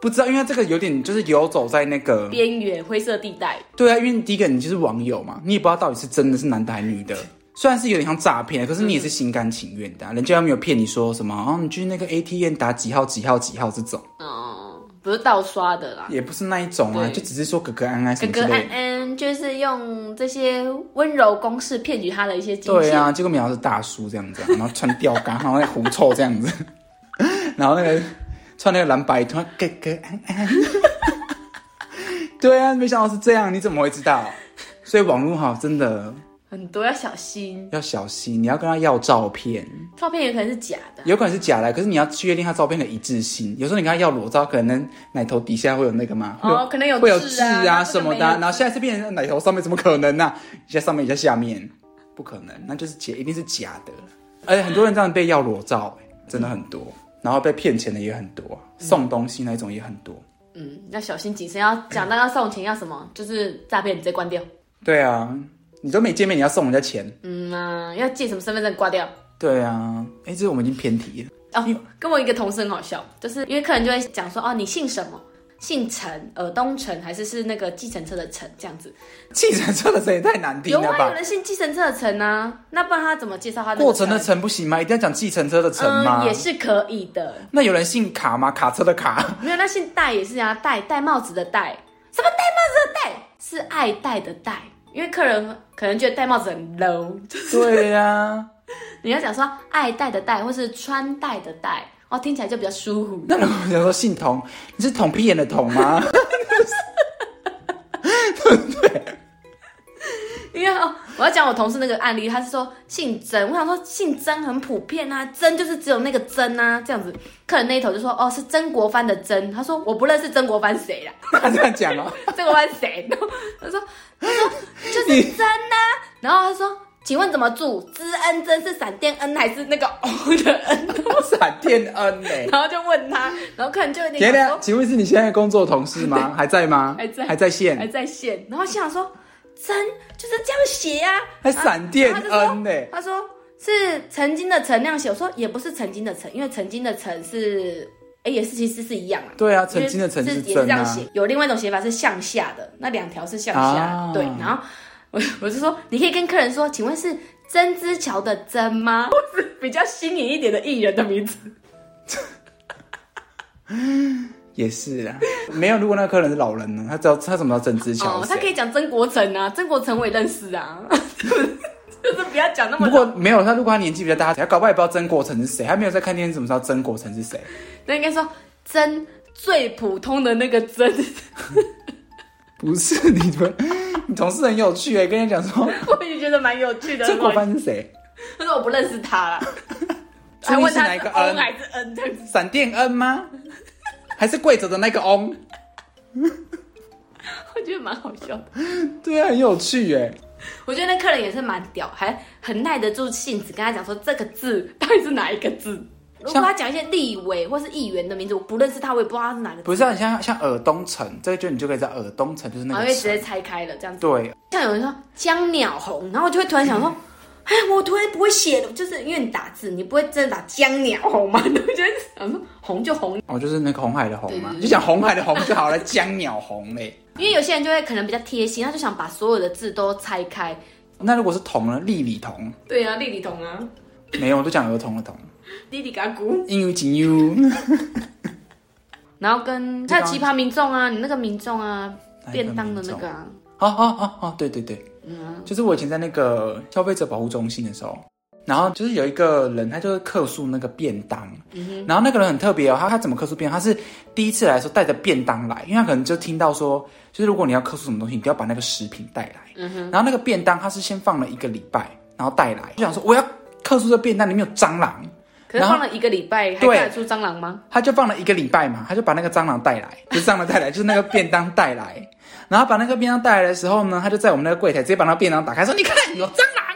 不知道，因为这个有点就是游走在那个边缘灰色地带。对啊，因为第一个你就是网友嘛，你也不知道到底是真的是男的还是女的。虽然是有点像诈骗，啊可是你也是心甘情愿的啊、人家又没有骗你说什么，哦，你去那个 ATM 打几号几号几号这种，哦，不是盗刷的啦。也不是那一种啊，对就只是说哥哥安安哥什么之哥类的。安安就是用这些温柔公式骗取他的一些金 [LAUGHS] 对钱。啊，结果苗是大叔这样子啊、然后穿吊杆，然后那狐臭这样子， [LAUGHS] 然后那个穿那个蓝白拖，哥哥安安。哎 [LAUGHS] 对啊，没想到是这样，你怎么会知道？所以网络好真的很多要小心，要小心，你要跟他要照片，照片也可能是假的。有可能是假的，可是你要确定他照片的一致性。有时候你跟他要裸照，可能奶头底下会有那个嘛，会哦可能有会有痣痣啊啊那这个什么的啊、没有然后下一次变成奶头上面，怎么可能呢、一下上面，一下下面，不可能，那就是假，一定是假的。而且很多人这样被要裸照、欸真的很多，然后被骗钱的也很多，送东西那种也很多。嗯，要小心谨慎。要讲到要送钱要什么，就是诈骗，你直接关掉。对啊，你都没见面，你要送人家钱？嗯啊，要借什么身份证挂掉。对啊，哎、这我们已经偏题了。哦，跟我一个同事很好笑，就是因为客人就会讲说，哦，你姓什么？姓陈，呃，东陈还是是那个计程车的陈这样子？ [LAUGHS] 计程车的声也太难听有了啊，吧有？人姓计程车的陈啊，那不然他怎么介绍他那个过程的程不行吗？一定要讲计程车的程吗？嗯，也是可以的。那有人姓卡吗？卡车的 [LAUGHS] 卡，没有，那姓戴也是啊，戴戴帽子的戴，什么戴帽子的戴？是爱戴的戴，因为客人可能觉得戴帽子很 low， [LAUGHS] 对呀、你要讲说爱戴的戴，或是穿戴的戴，哦，听起来就比较舒服。 [LAUGHS] 那如果想说姓童，你是捅屁眼的捅吗？ [LAUGHS] 因为哦，我要讲我同事那个案例，他是说姓曾，我想说姓曾很普遍啊，曾就是只有那个曾啊，这样子。客人那一头就说哦是曾国藩的曾，他说我不认识曾国藩谁啦，他这样讲哦、 [LAUGHS] 曾国藩谁？然后他说他说就是曾呐、然后他说请问怎么注？知恩真是闪电恩还是那个 [LAUGHS] 欧的恩？闪电恩呢、欸？然后就问他，然后客人就有点 [LAUGHS] 姐想说姐，请问是你现在工作的同事吗？还在吗？还在还在还线。在线，然后心想说曾就是这样写呀、啊，还闪电恩呢、他说是曾经的曾那样写，我说也不是曾经的曾，因为曾经的曾是哎、也是其实是一样啊。对啊，曾经的曾因为也是真这样啊写。，有另外一种写法是向下的，那两条是向下，啊对。然后我我就说，你可以跟客人说，请问是曾之乔的曾吗？ [LAUGHS] 或是比较新颖一点的艺人的名字。也是啊，没有。如果那个客人是老人呢？他知道他怎么知道郑之哦乔是，他可谁？以讲曾国成啊，曾国成我也认识啊， [LAUGHS] 就是不要讲那么如果没有他，如果他年纪比较大，他搞不好也不知道曾国成是谁。他没有在看电视，怎么知道曾国成是谁？那应该说曾最普通的那个针，不是你们，你同事很有趣哎，跟你讲 [LAUGHS] 说 [LAUGHS] 我也觉得蛮有趣的。这不好果意思凡是谁？他说我不认识他啦，所还以问是他哪一是个 N N？还是 N 这样子，闪电恩吗？还是跪着的那个翁？我觉得蛮好笑的。对啊，很有趣哎。我觉得那客人也是蛮屌，还很耐得住性子，跟他讲说这个字到底是哪一个字。如果像他讲一些立委或是议员的名字，我不认识他，我也不知道他是哪个字，不是、啊，像像尔东城，这个就你就可以在尔东城，就是然那后个就直城接拆开了这样子。对，像有人说江鸟红，然后我就会突然想嗯说，哎，我突然不会写的，就是因为你打字，你不会真的打江鸟红 [LAUGHS] 嘛？你会觉得想说红就红，哦，就是那个红海的红嘛对对，对就讲红海的红就好了，江鸟红嘞。因为有些人就会可能比较贴心，他就想把所有的字都拆开。 [LAUGHS] 那如果是童呢？丽丽童对啊，丽丽彤啊，没有，我都讲儿童的童。弟弟嘎咕，英语紧 U，然后跟还有奇葩民众啊，你那个民众啊，哪一个便当的那个啊，哦哦哦哦，对对对，嗯啊，就是我以前在那个消费者保护中心的时候，然后就是有一个人，他就是客诉那个便当，然后那个人很特别哦，他他怎么客诉便当？他是第一次来的时候带着便当来，因为他可能就听到说，就是如果你要客诉什么东西，你都要把那个食品带来。嗯然后那个便当他是先放了一个礼拜，然后带来，就想说我要客诉这便当里面有蟑螂，可是然后放了一个礼拜，还对看得出蟑螂吗？他就放了一个礼拜嘛，他就把那个蟑螂带来，不是蟑螂带来， [LAUGHS] 就是那个便当带来。然后把那个便当带来的时候呢，他就在我们那个柜台直接把那个便当打开，说：“你看有蟑螂。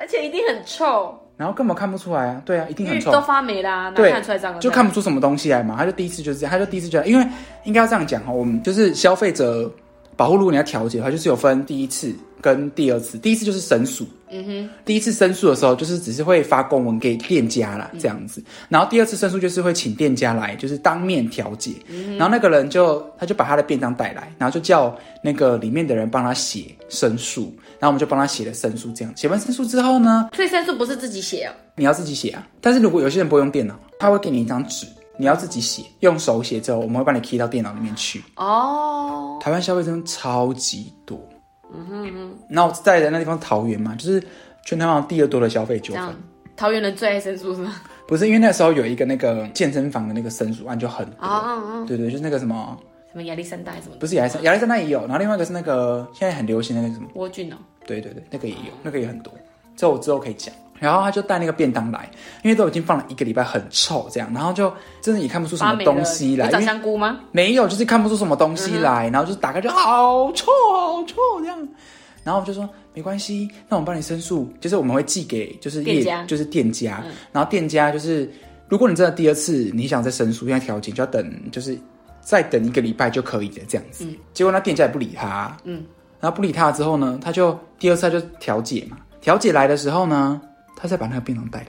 而且一定很臭，”然后根本看不出来啊，对啊，一定因很为臭，都发霉啦，哪对看得出来蟑螂？就看不出什么东西来嘛。他就第一次就是这样，他就第一次觉得，因为应该要这样讲哈，哦我们就是消费者保护，如果你要调解的话，就是有分第一次跟第二次。第一次就是申诉，嗯哼，第一次申诉的时候就是只是会发公文给店家嗯啦，这样子。然后第二次申诉就是会请店家来，就是当面调解。嗯然后那个人就他就把他的便当带来，然后就叫那个里面的人帮他写申诉，然后我们就帮他写了申诉，这样写完申诉之后呢，所以申诉不是自己写哦，你要自己写啊。但是如果有些人不会用电脑，他会给你一张纸，你要自己写，用手写之后，我们会把你 key 到电脑里面去。哦，台湾消费真的超级多，嗯哼那我在的那地方桃园嘛，就是全台湾第二多的消费纠这样纷。桃园人最爱申诉是吗？不是因为那时候有一个那个健身房的那个申诉案就很多，啊、哦， [LAUGHS] 对对，就是那个什么，什么亚历山大还是什么不是亚历山亚历山大也有，然后另外一个是那个现在很流行的那个什么。蜗苣哦，对对对，那个也嗯有，那个也很多，这我之后可以讲。然后他就带那个便当来，因为都已经放了一个礼拜，很臭这样，然后就真的也看不出什发么霉了东西来，有长因为香菇吗？ [LAUGHS] 没有，就是看不出什么东嗯西来，然后就是打开就好臭好臭这样，然后我就说没关系，那我们帮你申诉，就是我们会寄给就是业店家嗯就是店家，然后店家就是如果你真的第二次你想再申诉要调解，就要等就是再等一个礼拜就可以的这样子。嗯结果那店家也不理他，嗯，然后不理他之后呢，他就第二次他就调解嘛，调解来的时候呢，他再把那个便当带来。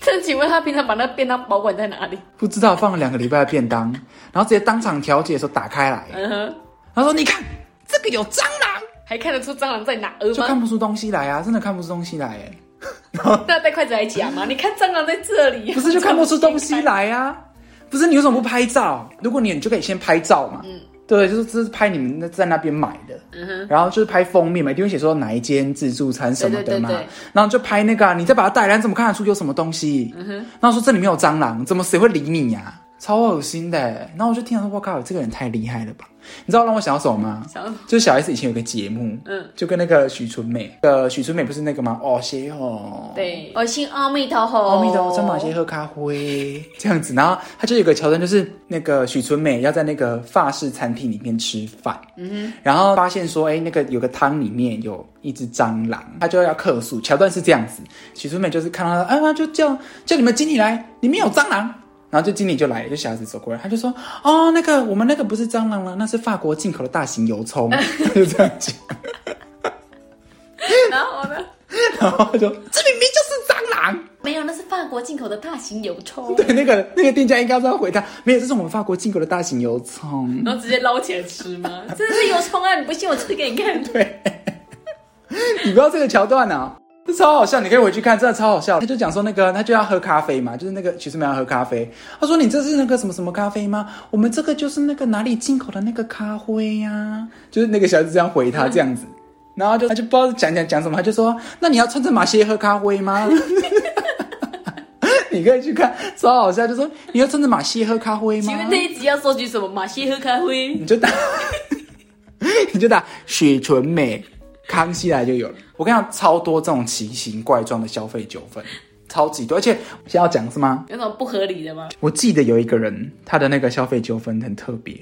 这请问他平常把那个便当保管在哪里？不知道放了两个礼拜的便当，然后直接当场调解的时候打开来，嗯哼，他说：“你看这个有蟑螂，还看得出蟑螂在哪儿就吗？看不出东西来啊，真的看不出东西来哎，那带筷子来夹嘛？你看蟑螂在这里，不是就看不出东西。来啊，不是你为什么不拍照？如果你你就可以先拍照嘛，嗯，对，就是这是拍你们那在那边买的，嗯、然后就是拍封面嘛，一定会写说哪一间自助餐什么的嘛，对对对对然后就拍那个、啊，你再把它带来，你怎么看得出有什么东西？嗯、然后说这里面有蟑螂，怎么谁会理你呀、超恶心的欸，然后我就听到说，我靠，这个人太厉害了吧！你知道让我想到什么吗？想到什么就是小 S 以前有个节目，嗯，就跟那个许纯美，呃，许纯美不是那个吗？哦，谢哦， [LAUGHS] 对，我信阿弥陀佛，阿弥陀佛，穿马鞋喝咖啡 [LAUGHS] 这样子。然后他就有一个桥段，就是那个许纯美要在那个法式餐厅里面吃饭，嗯，然后发现说，哎、那个有个汤里面有一只蟑螂，他就要客诉。桥段是这样子，许纯美就是看到他，啊，就叫叫你们经理来，里面有蟑螂。然后就经理就来了，就小孩子走过来，他就说：“哦，那个我们那个不是蟑螂了，那是法国进口的大型油葱。”他就这样讲， [LAUGHS] 然后呢？ [LAUGHS] 然后他就 [LAUGHS] 这明明就是蟑螂。没有，那是法国进口的大型油葱， [LAUGHS] 对，那个那个店家应该要这样回答，没有，这是我们法国进口的大型油葱。然后直接捞起来吃 [LAUGHS] 吗？真的是油葱啊！你不信我吃给你 [LAUGHS] 看。 [LAUGHS] 你不知道这个桥段啊，这超好笑，你可以回去看，真的超好笑。他就讲说那个他就要喝咖啡嘛，就是那个许志明要喝咖啡，他说你这是那个什么什么咖啡吗？我们这个就是那个哪里进口的那个咖啡呀、就是那个小孩子这样回他这样子。然后就他就不知道讲讲讲什么，他就说：“那你要穿着马鞋喝咖啡吗？”你 [LAUGHS] 你可以去看，超好笑，就说你要真的马西喝咖啡吗请？问那一集要收集什么？马西喝咖啡你就打， [LAUGHS] 你就打许纯美、康熙来就有了。我跟你讲，超多这种奇形怪状的消费纠纷，超级多。而且现在要讲是吗？有什么不合理的吗？我记得有一个人，他的那个消费纠纷很特别。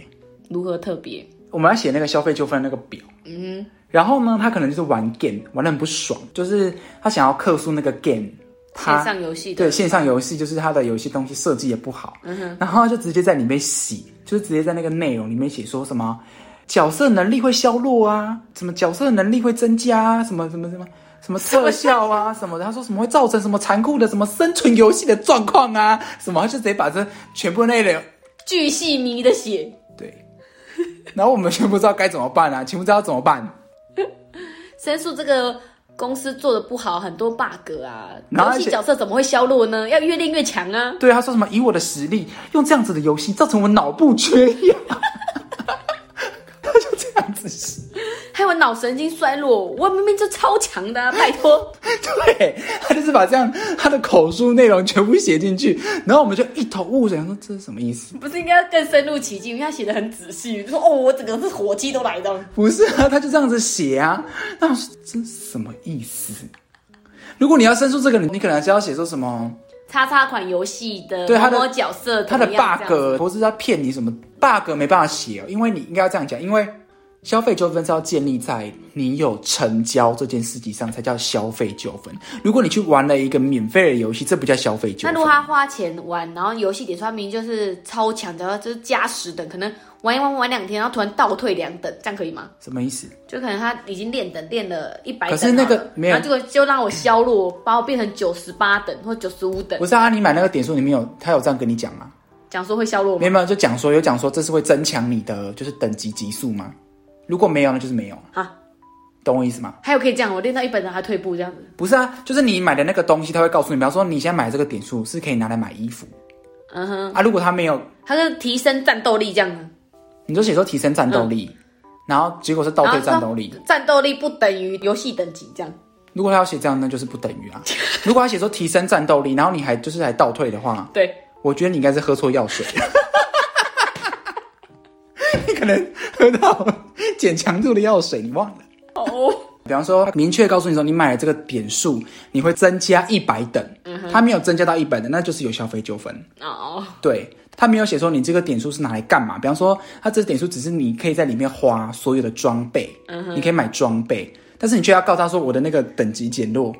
如何特别？我们要写那个消费纠纷的那个表，嗯，然后呢，他可能就是玩 game 玩的很不爽，就是他想要克诉那个 game，他线上游戏的对线上游戏就是它的有些东西设计也不好，然后他就直接在里面写，就是直接在那个内容里面写说什么角色能力会削弱啊，什么角色能力会增加啊，什么什么什么。什么特效啊，什么的，他说什么会造成什么残酷的什么生存游戏的状况啊，什么，他就直接把这全部内容巨细靡的写，对，然后我们全不知道该怎么办啊，全不知道怎么办，申诉这个公司做的不好，很多 bug 啊，然后游而且戏角色怎么会削弱呢？要越练越强啊！对他说什么以我的实力，用这样子的游戏造成我脑部缺氧， [LAUGHS] 他就这样子写，还有脑神经衰弱，我明明就超强 [LAUGHS] 的啊、拜托！对他就是把这样他的口述内容全部写进去，然后我们就一头雾水，想说这是什么意思？不是应该更深入其境？因为他写的很仔细，就说哦，我整个是火气都来到。不是啊，他就这样子写啊，那我说这是什么意思？如果你要申诉这个人，你可能还是要写说什么叉叉款游戏的对他的某某角色他怎么的样，这样 bug 不是要骗你什么 bug 没办法写、哦，因为你应该要这样讲，因为消费纠纷是要建立在你有成交这件事情上才叫消费纠纷。如果你去玩了一个免费的游戏，这不叫消费纠那纷如。果他花钱玩，然后游戏点说他明明就是超强的，就是加十等，可能玩一玩玩两天，然后突然倒退两等，这样可以吗？什么意思？就可能他已经练等练了一百，可是那个没有然后结果就让我削弱，把我变成九十八等或九十五等不，是啊，你买那个点数里面有，他有这样跟你讲啊吗？讲说会削弱没吗？有没有，就讲说有讲说这是会增强你的就是等级级数吗？如果没有，那就是没有，啊，懂我意思吗？还有可以这样，我练到一百等还退步这样子，不是啊，就是你买的那个东西，他会告诉你，比方说你现在买这个点数是可以拿来买衣服嗯哼，啊，如果他没有他是提升战斗力这样的，你就写说提升战斗力，然后结果是倒退战斗力。，战斗力不等于游戏等级这样，如果他要写这样，那就是不等于啊。如果他写说提升战斗力，然后你还就是还倒退的话，对，我觉得你应该是喝错药水， [LAUGHS] 你可能喝到减强度的药水，你忘了。哦，比方说，明确告诉你说，你买了这个点数，你会增加一百等，他没有增加到一百等，那就是有消费纠纷。哦，对他没有写说你这个点数是拿来干嘛，比方说他这点数只是你可以在里面花所有的装备，你可以买装备，但是你却要告他说我的那个等级减弱，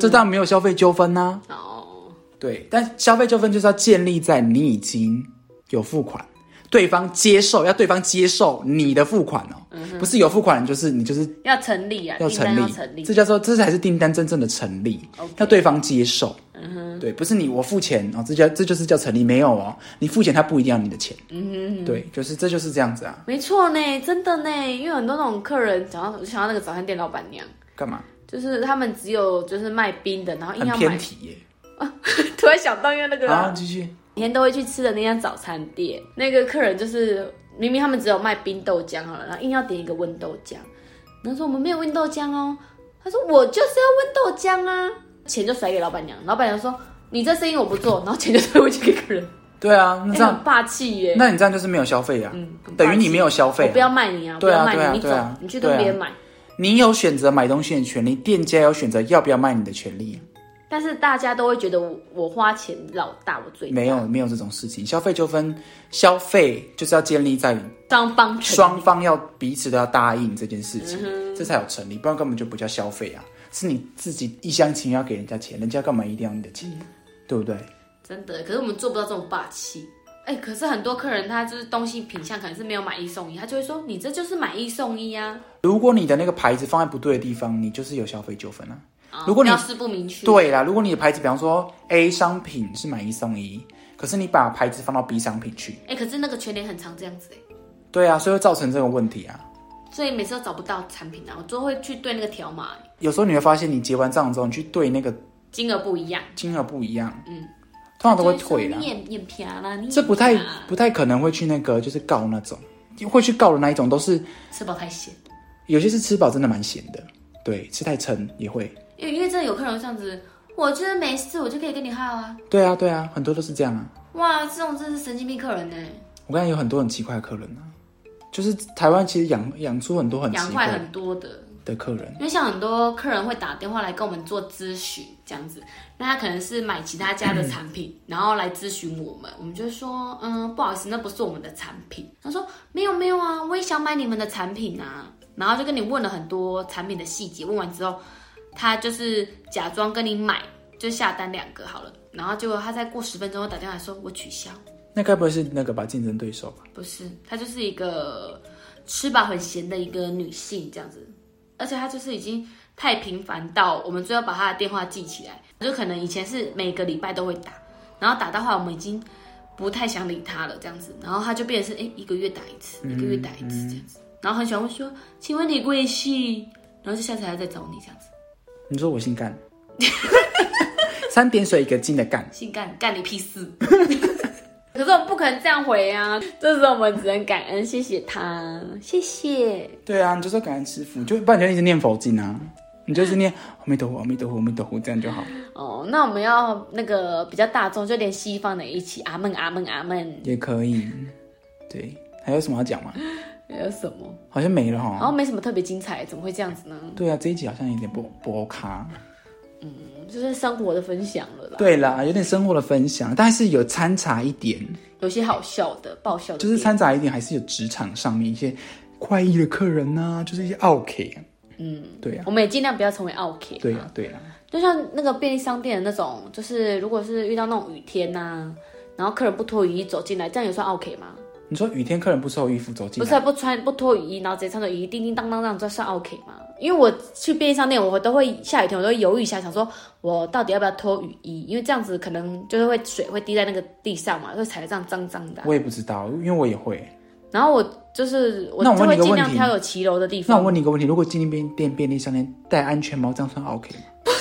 这当然没有消费纠纷呐、哦，对，但消费纠纷就是要建立在你已经有付款，对方接受要对方接受你的付款哦，不是有付款就是你就是要成立啊，要订单成立，要成立这，叫做这才是订单真正的成立 OK 嗯要对方接受。对，不是你我付钱哦，这叫这就是叫成立，没有哦，你付钱他不一定要你的钱。嗯哼对，就是这就是这样子啊，没错呢，真的呢，因为很多那种客人想要想要那个早餐店老板娘，干嘛？就是他们只有就是卖冰的，然后硬很要买 [LAUGHS] 偏，题耶。突然想到因为那个啊、啊，继续。每天都会去吃的那家早餐店，那个客人就是明明他们只有卖冰豆浆好了，然后硬要点一个温豆浆，然后说我们没有温豆浆哦，他说我就是要温豆浆啊，钱就甩给老板娘，老板娘说你这生意我不做，然后钱就退回去给客人，对啊，那哎这样，很霸气耶，那你这样就是没有消费啊，嗯很霸气等于你没有消费我啊、不要卖你啊，我不对要啊卖你，对啊你走对啊，你去跟别人买，你有选择买东西的权利，店家有选择要不要卖你的权利啊、但是大家都会觉得我我花钱老大，我最没有没有这种事情。消费纠纷，消费就是要建立在双方成嗯双方要彼此都要答应这件事情，这才有成立，不然根本就不叫消费啊！是你自己一厢情愿要给人家钱，人家干嘛一定要你的嗯钱，对不对？真的，可是我们做不到这种霸气。哎、可是很多客人他就是东西品相可能是没有买一送一，他就会说你这就是买一送一啊。如果你的那个牌子放在不对的地方，你就是有消费纠纷啊。啊如果你标示不明确，对啦，如果你的牌子，比方说 A 商品是买一送一，可是你把牌子放到 B 商品去，哎、可是那个全联很常这样子哎、对啊，所以会造成这个问题啊。所以每次都找不到产品啊，我就会去对那个条码、哎有时候你会发现，你结完账之后，你去对那个金额不一样，金额不一样，嗯，通常都会退啦就说。你眼眼皮啦，你眼这不太皮啊不太可能会去那个就是告那种，会去告的那一种都是吃饱太咸，有些是吃饱真的蛮咸的，对，吃太撑也会。因为因为真的有客人会这样子，我觉得没事，我就可以跟你耗啊。对啊，对啊，很多都是这样啊。哇，这种真的是神经病客人呢、我刚才有很多很奇怪的客人啊，就是台湾其实养养出很多很养奇坏怪很多的。的客人，因为像很多客人会打电话来跟我们做咨询这样子，那他可能是买其他家的产 [CLEARS THROAT] 品，然后来咨询我们，我们就说，嗯，不好意思，那不是我们的产品。他说没有没有啊，我也想买你们的产品啊，然后就跟你问了很多产品的细节，问完之后，他就是假装跟你买，就下单两个好了，然后结果他再过十分钟又打电话来说我取消，那该不会是那个吧竞争对手吧？不是，她就是一个吃饱很闲的一个女性这样子，而且她就是已经太频繁到我们最后把她的电话记起来，就可能以前是每个礼拜都会打，然后打到后来我们已经不太想理她了这样子，然后她就变成是哎、诶一个月打一次，一个月打一次这样子，然后很喜欢问说，请问你贵姓？然后就下次还要再找你这样子，你说我姓干，三点水一个金的干，姓干干你屁事。可是我不可能这样回啊！这时候我们只能感恩，谢谢他，谢谢。对啊，你就说感恩师傅，就不然你就一直念佛经啊，你就是念阿弥陀佛，阿弥陀佛，阿弥陀佛，这样就好，哦，那我们要那个比较大众，就连西方的也一起阿门阿门阿门，也可以。对，还有什么要讲吗？还有什么？好像没了哈。然后没什么特别精彩，怎么会这样子呢？对啊，这一集好像有点不不 OK。就是生活的分享了啦，对啦，有点生活的分享，但是有掺杂一点，有些好笑的、爆笑的就点，是掺杂一点，还是有职场上面一些怪异的客人呐、就是一些 OK。嗯，对啊，我们也尽量不要成为 OK。对啊，对啊，就像那个便利商店的那种，就是如果是遇到那种雨天呐、然后客人不脱雨衣走进来，这样也算 OK 吗？你说雨天客人不收衣服走进不来，是不穿不脱雨衣，然后直接穿着雨衣呃叮叮当当这样，这算 OK 吗？因为我去便利商店，我都会下雨天，我都会犹豫一下，想说我到底要不要脱雨衣，因为这样子可能就是会水会滴在那个地上嘛，会踩得这样脏脏的啊、我也不知道，因为我也会。然后我就是我那我就会问你一个尽量问题挑有骑楼的地那我方。问你一个问题：如果进便店便利商店戴安全帽，这样算 OK 吗？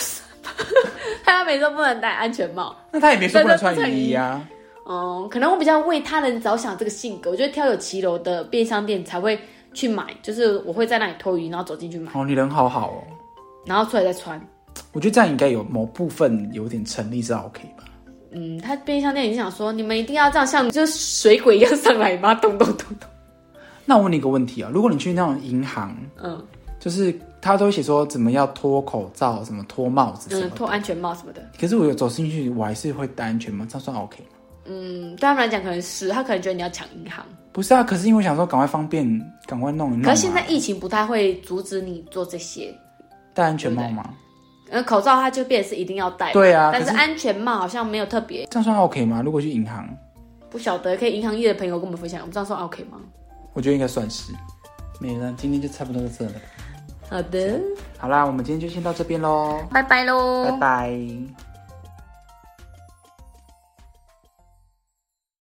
他每次都不能戴安全帽，那他也没说不能穿对对雨衣啊。嗯，可能我比较为他人着想这个性格，我觉得挑有骑楼的便利商店才会去买，就是我会在那里脱雨衣，然后走进去买，哦，你人好好哦，然后出来再穿。我觉得这样应该有某部分有点成立是 OK 吧？嗯，他便利商店已经想说，你们一定要这样像就是水鬼一样上来吗？ [LAUGHS] 咚咚咚咚。那我问你一个问题啊：如果你去那种银行，嗯就是他都会写说怎么要脱口罩，什么脱帽子什嗯，么的。脱安全帽什么的。可是我有走进去，我还是会戴安全帽，这样算 OK 吗？嗯，对他们来讲可能是，他可能觉得你要抢银行。不是啊，可是因为我想说赶快方便，赶快弄一弄、啊。可是现在疫情不太会阻止你做这些。戴安全帽吗？呃，口罩它就变成是一定要戴嘛，对啊但是可是安全帽好像没有特别，这样算 OK 吗？如果去银行，不晓得可以银行业的朋友跟我们分享，我们这样说 OK 吗？我觉得应该算是。没了，今天就差不多到这了。好的，好啦，我们今天就先到这边喽，拜拜喽，拜拜。